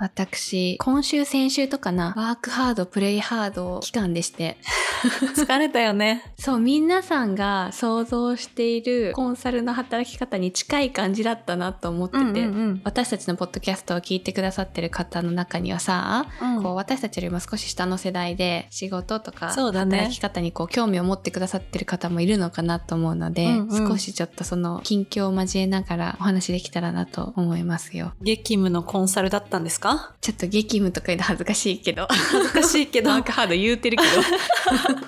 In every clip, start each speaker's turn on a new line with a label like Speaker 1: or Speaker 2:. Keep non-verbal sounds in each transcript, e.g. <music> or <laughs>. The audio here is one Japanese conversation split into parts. Speaker 1: 私、今週先週とかな、ワークハード、プレイハード期間でして、
Speaker 2: 疲れたよね。
Speaker 1: そう、皆さんが想像しているコンサルの働き方に近い感じだったなと思ってて、私たちのポッドキャストを聞いてくださってる方の中にはさ、こう私たちよりも少し下の世代で仕事とか
Speaker 2: そうだね
Speaker 1: 働き方にこう興味を持ってくださってる方もいるのかなと思うので、
Speaker 2: うんうん
Speaker 1: 少しちょっとその近況を交えながらお話できたらなと思いますよ。
Speaker 2: 激務のコンサルだったんですか
Speaker 1: ちょっと激務とか言うと恥ずかしいけど、
Speaker 2: 恥ずかしい <laughs> けど。
Speaker 1: ワ
Speaker 2: い
Speaker 1: ークハード言うてるけど。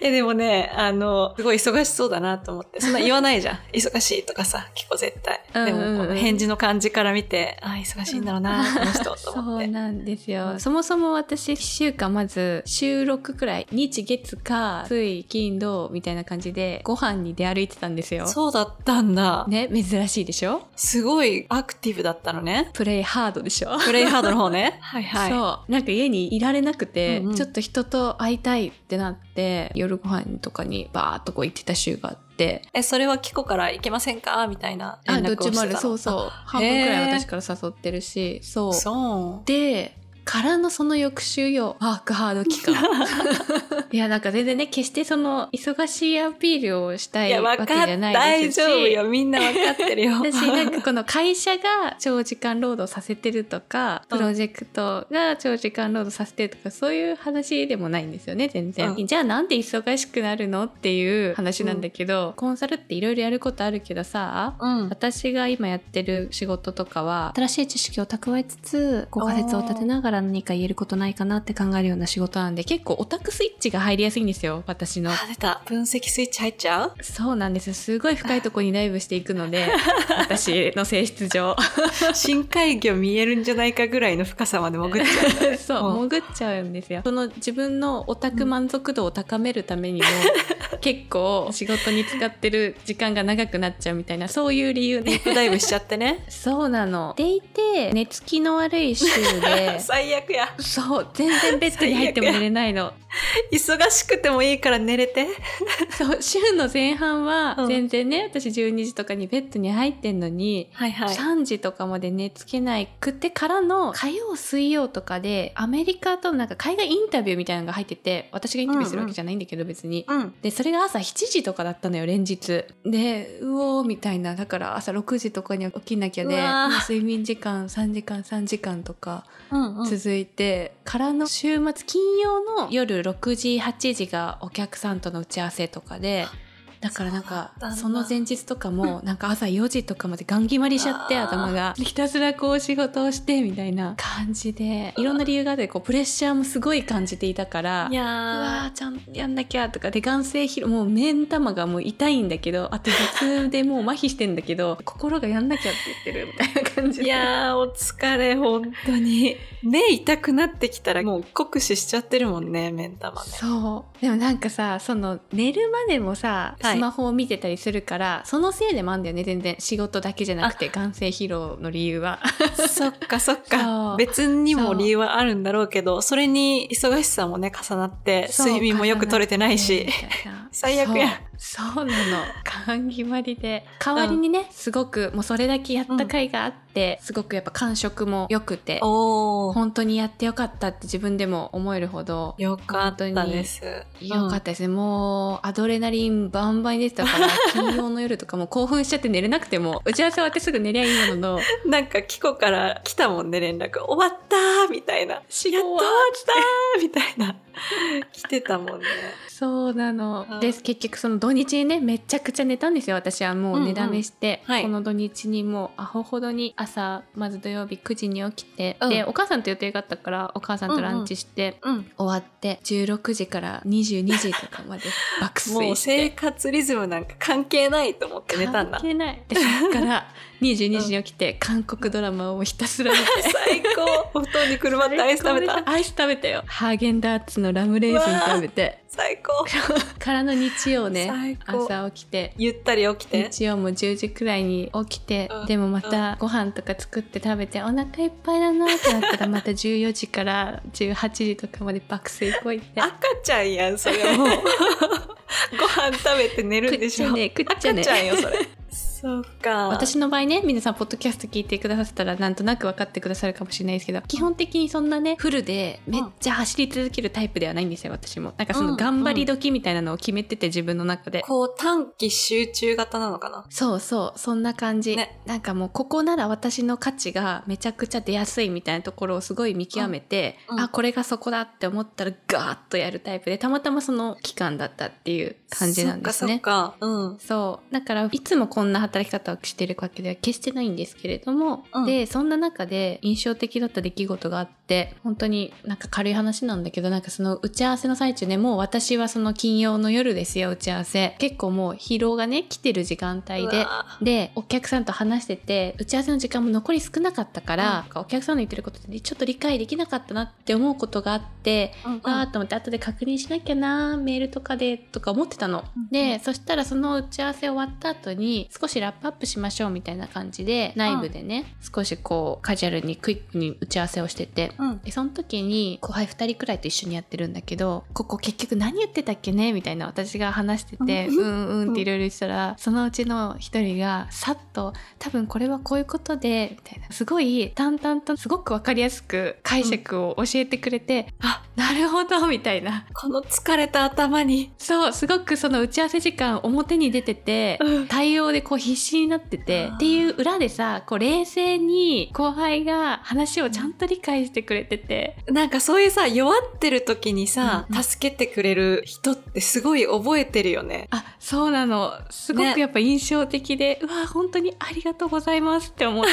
Speaker 2: やでもね、あの、すごい忙しそうだなと思って。そんな言わないじゃん。忙しいとかさ、結構絶対。
Speaker 1: うん
Speaker 2: で
Speaker 1: うんうん
Speaker 2: も、こう返事の感じから見て、あ、忙しいんだろうな、この人、と思っ
Speaker 1: そう
Speaker 2: て。
Speaker 1: なんですよ。そもそも私、1週間まず収録くらい、日月か水金土みたいな感じでご飯に出歩いてたんですよ。
Speaker 2: そうだったんだ。
Speaker 1: ね、珍しいでしょ
Speaker 2: すごいアクティブだったのね。
Speaker 1: プレイハードでしょ
Speaker 2: プレイハードの方ね。 <laughs> はいはい。
Speaker 1: そうなんか家にいられなくて、
Speaker 2: うんうん
Speaker 1: ちょっと人と会いたいってなって夜ご飯とかにバーっとこう行ってた週があって
Speaker 2: え、それはキコから行けませんかみたいな
Speaker 1: あ
Speaker 2: 連
Speaker 1: どっ
Speaker 2: 絡をして
Speaker 1: ちも
Speaker 2: たの。
Speaker 1: あるそうそう半分くらいは私から誘ってるしそう
Speaker 2: そう。
Speaker 1: でからのその翌週よワークハード期間 <laughs> いやなんか全然ね決してその忙しいアピールをした
Speaker 2: い
Speaker 1: い
Speaker 2: や、
Speaker 1: わ
Speaker 2: わか
Speaker 1: け
Speaker 2: っ
Speaker 1: じゃないで
Speaker 2: 大
Speaker 1: すし
Speaker 2: 丈夫よ。みんなわかってるよ。
Speaker 1: 私なん
Speaker 2: <laughs>
Speaker 1: かこの会社が長時間労働させてるとか
Speaker 2: うん
Speaker 1: プロジェクトが長時間労働させてるとかそういう話でもないんですよね全然、
Speaker 2: う
Speaker 1: じゃあなんで忙しくなるのっていう話なんだけど、コンサルっていろいろやることあるけどさ
Speaker 2: うん。
Speaker 1: 私が今やってる仕事とかは新しい知識を蓄えつつこう仮説を立てながら何か言えることないかなって考えるような仕事なんで結構オタクスイッチが入りやすいんですよ私の
Speaker 2: あ、出た。分析スイッチ入っちゃう
Speaker 1: そうなんですすごい深いところにダイブしていくの <laughs> で私の性質上 <laughs>
Speaker 2: 深海魚見えるんじゃないかぐらいの深さまで潜っちゃう。
Speaker 1: そう潜っちゃうんですよその自分のオタク満足度を高めるために <laughs> も結構仕事に使ってる時間が長くなっちゃうみたいなそういう理由
Speaker 2: ディ
Speaker 1: ね。
Speaker 2: ープダイブしちゃってね
Speaker 1: そうなのでいて寝つきの悪い週 <laughs> で
Speaker 2: <laughs> 最悪や。
Speaker 1: そう全然ベッドに入っても寝れないの
Speaker 2: 忙しくてもいいから寝れて。
Speaker 1: そう週の前半
Speaker 2: う
Speaker 1: は
Speaker 2: ん
Speaker 1: 全然ね、私12時とかにベッドに入ってんのに
Speaker 2: はいは
Speaker 1: 3時とかまで寝つけないくってからの火曜水曜とかでアメリカとなんか海外インタビューみたいなのが入ってて私がインタビューするわけじゃないんだけど別に。
Speaker 2: うん。
Speaker 1: でそれが朝7時とかだったのよ連日でうおーみたいなだから朝6時とかに起きなきゃで
Speaker 2: うわー
Speaker 1: もう睡眠時間3時間3時間とか
Speaker 2: うんうん。
Speaker 1: 続いて、からの週末金曜の夜6時8時がお客さんとの打ち合わせとかでだからなんか
Speaker 2: そうだったんだ
Speaker 1: その前日とか
Speaker 2: <laughs>
Speaker 1: もなんか朝4時とかまでガン決まりしちゃって
Speaker 2: あー
Speaker 1: 頭がひたすらこう仕事をしてみたいな感じでいろんな理由があってこうプレッシャーもすごい感じていたから
Speaker 2: いう
Speaker 1: わー
Speaker 2: や
Speaker 1: ちゃんやんなきゃとかで眼性疲労もう目ん玉がもう痛いんだけどあと頭痛でもう麻痺してんだけど心がやんなきゃって言ってるみたいな感じ
Speaker 2: ー。
Speaker 1: で
Speaker 2: いやー、お疲れ、本当に。目痛くなってきたら、もう酷使しちゃってるもんね、目ん玉ね。
Speaker 1: そうでもなんかさその寝るまでもさ
Speaker 2: はい
Speaker 1: スマホを見てたりするから、そのせいでもあんだよね全然仕事だけじゃなくて眼性疲労の理由は
Speaker 2: <laughs> そっかそっ
Speaker 1: そう
Speaker 2: か。別にも理由はあるんだろうけど、それに忙しさもね、重なって、
Speaker 1: そう
Speaker 2: 睡眠もよく取れてない
Speaker 1: 重。
Speaker 2: し
Speaker 1: な <laughs> ってみたいな
Speaker 2: 最悪や
Speaker 1: そうそうなの感決まりで代わりにね、すごくもうそれだけやった甲斐があって、すごくやっぱ感触も良くて
Speaker 2: <laughs> おお。
Speaker 1: 本当にやってよかったって自分でも思えるほど
Speaker 2: よかったです。。
Speaker 1: よかったたですね、もうアドレナリンバンバンに出てたから
Speaker 2: <laughs>
Speaker 1: 金曜の夜とかもう興奮しちゃって寝れなくても打ち合わせ終わってすぐ寝りゃいいものの
Speaker 2: なんか、キコから来たもんね、連絡。終わったーみたいな。やっと終わったーみたいな。来てたもんね。
Speaker 1: そうなの
Speaker 2: うん
Speaker 1: です結局その土日にねめちゃくちゃ寝たんですよ私はもう寝だめして、
Speaker 2: うんうんはい
Speaker 1: この土日にもうアホほどに朝まず土曜日9時に起きて、
Speaker 2: うん
Speaker 1: でお母さんと予定があったからお母さんとランチして、
Speaker 2: うん。
Speaker 1: 終わって16時から22時とかま
Speaker 2: <laughs>
Speaker 1: で爆睡して
Speaker 2: もう生活リズムなんか関係ないと思って寝たんだ
Speaker 1: 関。係ないでそっから22時に起きて、韓国ドラマをひたすら見て
Speaker 2: <laughs> 最高。お布団にくるまってアイス食べた。
Speaker 1: アイス食べたよハーゲンダーツのラムレーズン食べて
Speaker 2: 最高。
Speaker 1: からの日曜ね
Speaker 2: 最高
Speaker 1: 朝起きて
Speaker 2: ゆったり起きて。
Speaker 1: 日曜も10時くらいに起きて、
Speaker 2: うん
Speaker 1: でもまたご飯とか作って食べて、お腹いっぱいだなってなったらまた14時から18時とかまで爆睡こいて
Speaker 2: 赤ちゃんやんそ <laughs> れもうご飯食べて寝るんでしょ
Speaker 1: 食っちゃね食っちゃね
Speaker 2: 赤ちゃんよそれ <laughs> そうか。
Speaker 1: 私の場合ね皆さんポッドキャスト聞いてくださってたらなんとなく分かってくださるかもしれないですけど基本的にそんなねフルでめっちゃ走り続けるタイプではないんですよ私もなんかそ
Speaker 2: うんう
Speaker 1: の
Speaker 2: ん
Speaker 1: 頑張り時みたいなのを決めてて自分の中で、
Speaker 2: こう短期集中型なのかな。
Speaker 1: そうそうそんな感じ、
Speaker 2: ね
Speaker 1: なんかもうここなら私の価値がめちゃくちゃ出やすいみたいなところをすごい見極めて、
Speaker 2: うんうん
Speaker 1: あこれがそこだって思ったらガーッとやるタイプでたまたまその期間だったっていう感じなんです
Speaker 2: そっ
Speaker 1: ね。
Speaker 2: かそっか。うん。
Speaker 1: そうだからいつもこんな働き方をしてるわけでは決してないんですけれども、
Speaker 2: うん
Speaker 1: でそんな中で印象的だった出来事があって本当になんか軽い話なんだけどなんかその打ち合わせの最中ねもう私はその金曜の夜ですよ打ち合わせ結構もう疲労がね来てる時間帯
Speaker 2: う
Speaker 1: で
Speaker 2: わ
Speaker 1: でお客さんと話してて打ち合わせの時間も残り少なかったから、お客さんの言ってることでちょっと理解できなかったなって思うことがあって、
Speaker 2: うんうん
Speaker 1: ああと思って後で確認しなきゃなメールとかでとか思ってたの。
Speaker 2: うんうん
Speaker 1: でそしたらその打ち合わせ終わった後に少しラップアップしましょうみたいな感じで内部でね、少しこうカジュアルにクイックに打ち合わせをしてて。
Speaker 2: うん。
Speaker 1: でその時に後輩2人くらいと一緒にやってるんだけど「ここ結局何言ってたっけね?」みたいな私が話してて「
Speaker 2: う
Speaker 1: うんうん」っていろいろ言ってたらそのうちの一人がさっと「多分これはこういうことで」みたいなすごい淡々とすごく分かりやすく解釈を教えてくれて「あなるほど」みたいな
Speaker 2: この疲れた頭に。
Speaker 1: そうすごくその打ち合わせ時間表に出てて
Speaker 2: うん
Speaker 1: 対応でこう必死になってて
Speaker 2: あー
Speaker 1: っていう裏でさこう冷静に後輩が話をちゃんと理解してくれてて。
Speaker 2: なんかそういうさ、弱ってる時にさ、
Speaker 1: うんうん
Speaker 2: 助けてくれる人ってすごい覚えてるよね。
Speaker 1: あそうなのすご
Speaker 2: ね
Speaker 1: くやっぱ印象的で、うわ本当にありがとうございますって <laughs> 思って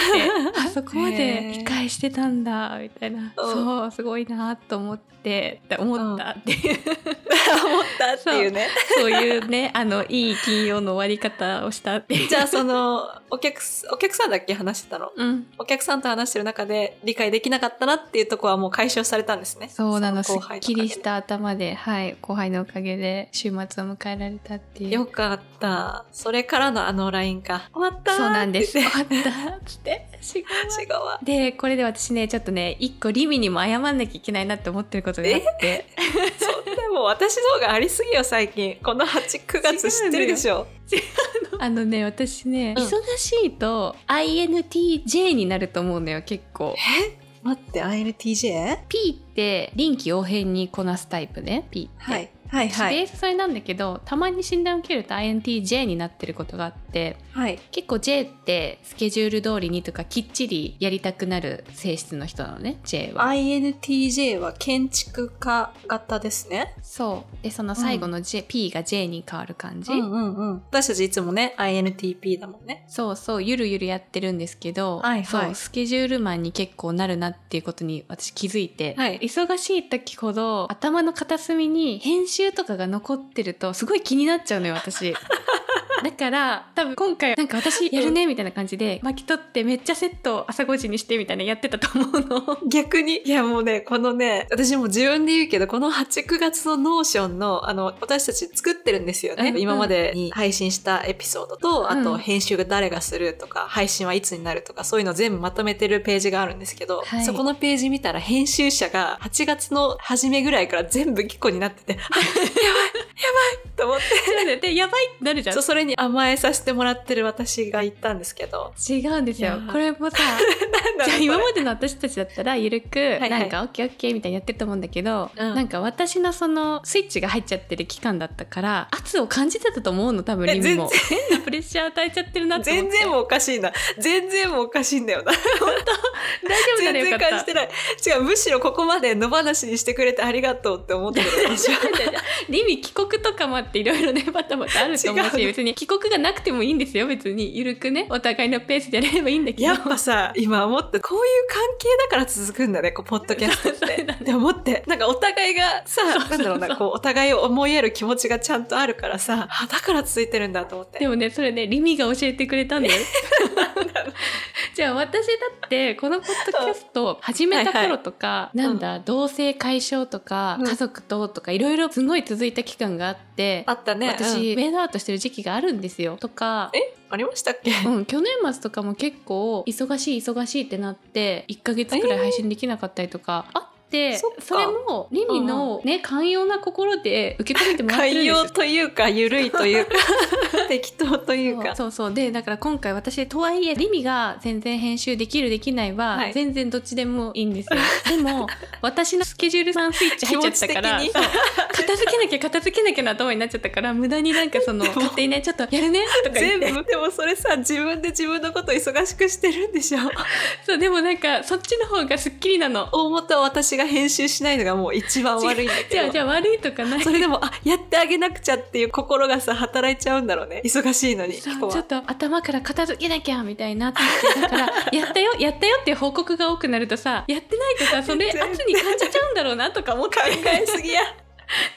Speaker 1: あそこまで理解してたんだみたいな
Speaker 2: うん
Speaker 1: そうすごいなと思ってって思ったっていう、
Speaker 2: <laughs> 思ったっていうね。
Speaker 1: <laughs> そういうねあのいい金曜の終わり方をしたっていう
Speaker 2: じゃあその、お客す、お客さんだっけ話してたの
Speaker 1: うん
Speaker 2: お客さんと話してる中で理解できなかったなっていうとこはもう解消されたんですね。
Speaker 1: そうなの
Speaker 2: そ
Speaker 1: すっ
Speaker 2: 後輩の
Speaker 1: き
Speaker 2: おかげで
Speaker 1: りした頭ではい後輩のおかげで週末を迎えられたっていう
Speaker 2: よかった。それからのあの LINE か。終わったー
Speaker 1: そうなんです終
Speaker 2: って
Speaker 1: わ
Speaker 2: 言っ
Speaker 1: ったっつって仕事
Speaker 2: て <laughs> 違うわ。
Speaker 1: <laughs> でこれで私ねちょっとね一個リミにも謝んなきゃいけないなって思ってることがあって
Speaker 2: でも私の方がありすぎよ、最近。この8、9月知ってるでしょ。
Speaker 1: あのね私ね、
Speaker 2: うん
Speaker 1: 忙しいと INTJ になると思うのよ結構。
Speaker 2: え待って、INTJ?
Speaker 1: P って臨機応変にこなすタイプね P って。
Speaker 2: はい。はい
Speaker 1: 私
Speaker 2: はい。
Speaker 1: ベースそれなんだけどたまに診断を受けると INTJ になってることがあって
Speaker 2: はい。
Speaker 1: 結構 J ってスケジュール通りにとかきっちりやりたくなる性質の人なのね J は。
Speaker 2: INTJ は建築家型ですね。
Speaker 1: そうでその最後の J、P が J に変わる感じ。
Speaker 2: うんうんうん。私たちいつもね、INTP だもんね。
Speaker 1: そうそうゆるゆるやってるんですけど、
Speaker 2: はいはい
Speaker 1: そうスケジュールマンに結構なるなっていうことに私気づいて、
Speaker 2: はい
Speaker 1: 忙しい時ほど頭の片隅に編集とかが残ってるとすごい気になっちゃうのよ
Speaker 2: <laughs>
Speaker 1: 私。だから多分今回なんか私やるねみたいな感じで巻き取ってめっちゃセット朝5時にしてみたいなやってたと思うの。
Speaker 2: <laughs> 逆に、いやもうね、このね、私も自分で言うけど、この8、9月のノーションの、あの、私たち作ってるんですよね。
Speaker 1: うんうん
Speaker 2: 今までに配信したエピソードと、あ
Speaker 1: う
Speaker 2: と、
Speaker 1: ん
Speaker 2: 編集が誰がするとか、配信はいつになるとか、そういうの全部まとめてるページがあるんですけど、
Speaker 1: はい
Speaker 2: そこのページ見たら、編集者が8月の初めぐらいから全部ぎこになってて、あ <laughs> やばい、やばいと思って、
Speaker 1: でやばいってなるじゃん
Speaker 2: そう。それに甘えさせてもらってる私が言ったんですけど、
Speaker 1: 違うんです
Speaker 2: いや
Speaker 1: よ。これもさ、
Speaker 2: なんだ
Speaker 1: じゃあ
Speaker 2: ろうこれ
Speaker 1: 今までの私たちだったらゆるく
Speaker 2: はい
Speaker 1: なんかオッケーオッケーみたいにやってると思うんだけど、
Speaker 2: うん
Speaker 1: なんか私のそのスイッチが入っちゃってる期間だったから圧を感じてたと思うの多分
Speaker 2: え
Speaker 1: リムも変なプレッシャー与えちゃってるなって思っ
Speaker 2: 全
Speaker 1: て
Speaker 2: 然もうおかしいな。全然もうおかしいんだよな。
Speaker 1: 大丈夫な
Speaker 2: 全
Speaker 1: らよか
Speaker 2: 然
Speaker 1: った
Speaker 2: 感じてない。違う、むしろここまで野放しにしてくれてありがとうって思ってる私は
Speaker 1: リミ帰国とかもあっていろいろねバタバタあると思う
Speaker 2: 違う
Speaker 1: し別に帰国がなくてもいいんですよ別にゆるくねお互いのペースでやれればいいんだけど
Speaker 2: <laughs> やっぱさ、今思って、こういう関係だから続くんだね、こう、ポッドキャストっ <laughs>
Speaker 1: そうそ
Speaker 2: て。
Speaker 1: うだね
Speaker 2: って思って、なんかお互いがさ、なんだろうな、こう、お互いを思いやる気持ちがちゃんとあるからさ、あ、だから続いてるんだと思って。
Speaker 1: でもねそれねリミが教えてくれたんだよ。じゃあ私だってこのポッドキャスト始めた頃とか、
Speaker 2: いはい
Speaker 1: なんだ、同性解消とか、
Speaker 2: うん
Speaker 1: 家族ととかいろいろすごい続いた期間があって、
Speaker 2: あったね。
Speaker 1: 私、
Speaker 2: うん
Speaker 1: フェードアウトしてる時期があるんですよ。とか。
Speaker 2: えありましたっけ
Speaker 1: うん、去年末とかも結構忙しい忙しいってなって1ヶ月くらい配信できなかったりとかあっって
Speaker 2: そっか
Speaker 1: れもリミの、ね寛容な心で受け止めてもらってるん
Speaker 2: 寛
Speaker 1: ですよ
Speaker 2: 容というか緩いという <laughs> か適当というか
Speaker 1: そうそうでだから今回私とはいえリミが全然編集できるできないは、
Speaker 2: はい
Speaker 1: 全然どっちでもいいんです
Speaker 2: <laughs>
Speaker 1: よでも私のスケジュールさんスイッチ入っちゃったから
Speaker 2: 気持ち的
Speaker 1: そ
Speaker 2: に
Speaker 1: う片付けなきゃ片付けなきゃな頭になっちゃったから無駄になんかその
Speaker 2: でも
Speaker 1: 勝手にねちょっとやるねとか言っ
Speaker 2: 全
Speaker 1: て
Speaker 2: 部でもそれさ自分で自分のこと忙しくしてるんでしょ
Speaker 1: そうでもなんかそっちの方がすっきりなの
Speaker 2: 大元は私が編集しないのがもう一番悪いんだけ
Speaker 1: じ <laughs>
Speaker 2: ど
Speaker 1: ゃあじゃあ悪いとかない
Speaker 2: それでもあやってあげなくちゃっていう心がさ働いちゃうんだろうね忙しいのに
Speaker 1: そ
Speaker 2: キコ
Speaker 1: う
Speaker 2: は
Speaker 1: ちょっと頭から片付けなきゃみたいになってきてだからやったよやったよっていう報告が多くなるとさやってないとさそれ
Speaker 2: 全
Speaker 1: 圧
Speaker 2: 然
Speaker 1: に感じちゃうんだろうなとか思って
Speaker 2: 考えすぎや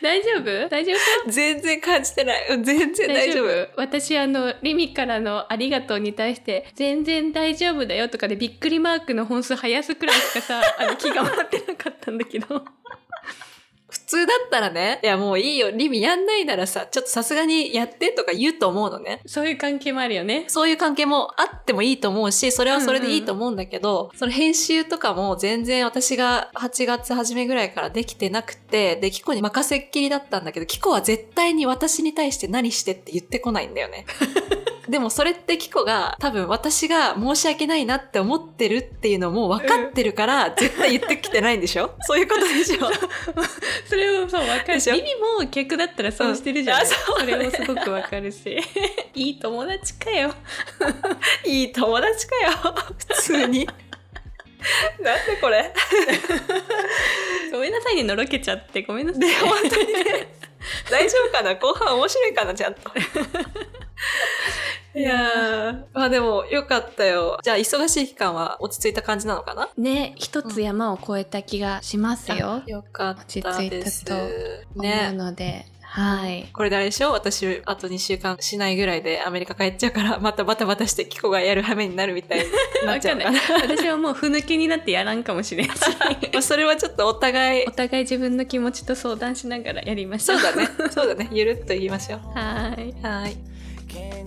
Speaker 1: 大丈夫大丈夫
Speaker 2: 全然感じてないうん全然 <laughs> 大丈夫
Speaker 1: 私あのリミからの「ありがとう」に対して「全然大丈夫だよ」とかでびっくりマークの本数生やすくらいしか
Speaker 2: <laughs>
Speaker 1: さあの気が回ってなかったんだけど
Speaker 2: 普通だったらねいやもういいよリミやんないならさちょっとさすがにやってとか言うと思うのね
Speaker 1: そういう関係もあるよ
Speaker 2: <laughs>
Speaker 1: ね。
Speaker 2: そういう関係もあってもいいと思うし、それはそれでいいと思うんだけど、その編集とかも全然私が8月初めぐらいからできてなくて、で、キコに任せっきりだったんだけど、キコは絶対に私に対して何してって言ってこないんだよ <laughs> ね。でもそれってキコが多分私が申し訳ないなって思ってるっていうのも分かってるから、絶対言ってきてないんでしょそういうことでし <laughs> ょ
Speaker 1: それをそうわかる
Speaker 2: でしょ
Speaker 1: リミも逆だったらそうしてるじゃん、
Speaker 2: うんあそうね
Speaker 1: れもすごくわかるし <laughs> いい友達かよ
Speaker 2: <laughs> いい友達かよ。普通に。なんでこれ
Speaker 1: <laughs> ごめんなさいねのろけちゃってごめんなさい
Speaker 2: で、
Speaker 1: <laughs>
Speaker 2: 本当にね、 <laughs> 大丈夫かな後半面白いかなちゃんと。いやー、まあでも、よかったよ。じゃあ、忙しい期間は落ち着いた感じなのかな
Speaker 1: ね一つ山を越えた気がしますよ
Speaker 2: あ、よかったです。
Speaker 1: 落思う
Speaker 2: ね。
Speaker 1: ので、はい
Speaker 2: これであれでしょ私、あと2週間しないぐらいでアメリカ帰っちゃうから、 <laughs> またバタバタしてキコがやる羽目になるみたいになっ
Speaker 1: わ
Speaker 2: ちゃ
Speaker 1: か
Speaker 2: うんか
Speaker 1: <laughs> な
Speaker 2: ら
Speaker 1: い私はもうふぬけになってやらんかもしれんし
Speaker 2: まあそれはちょっとお互
Speaker 1: <laughs>
Speaker 2: い
Speaker 1: お、互い自分の気持ちと相談しながらやりましょ
Speaker 2: <laughs> そううだね。そうだね。ゆるっと言いましょう。
Speaker 1: はーい
Speaker 2: はい。
Speaker 3: Can't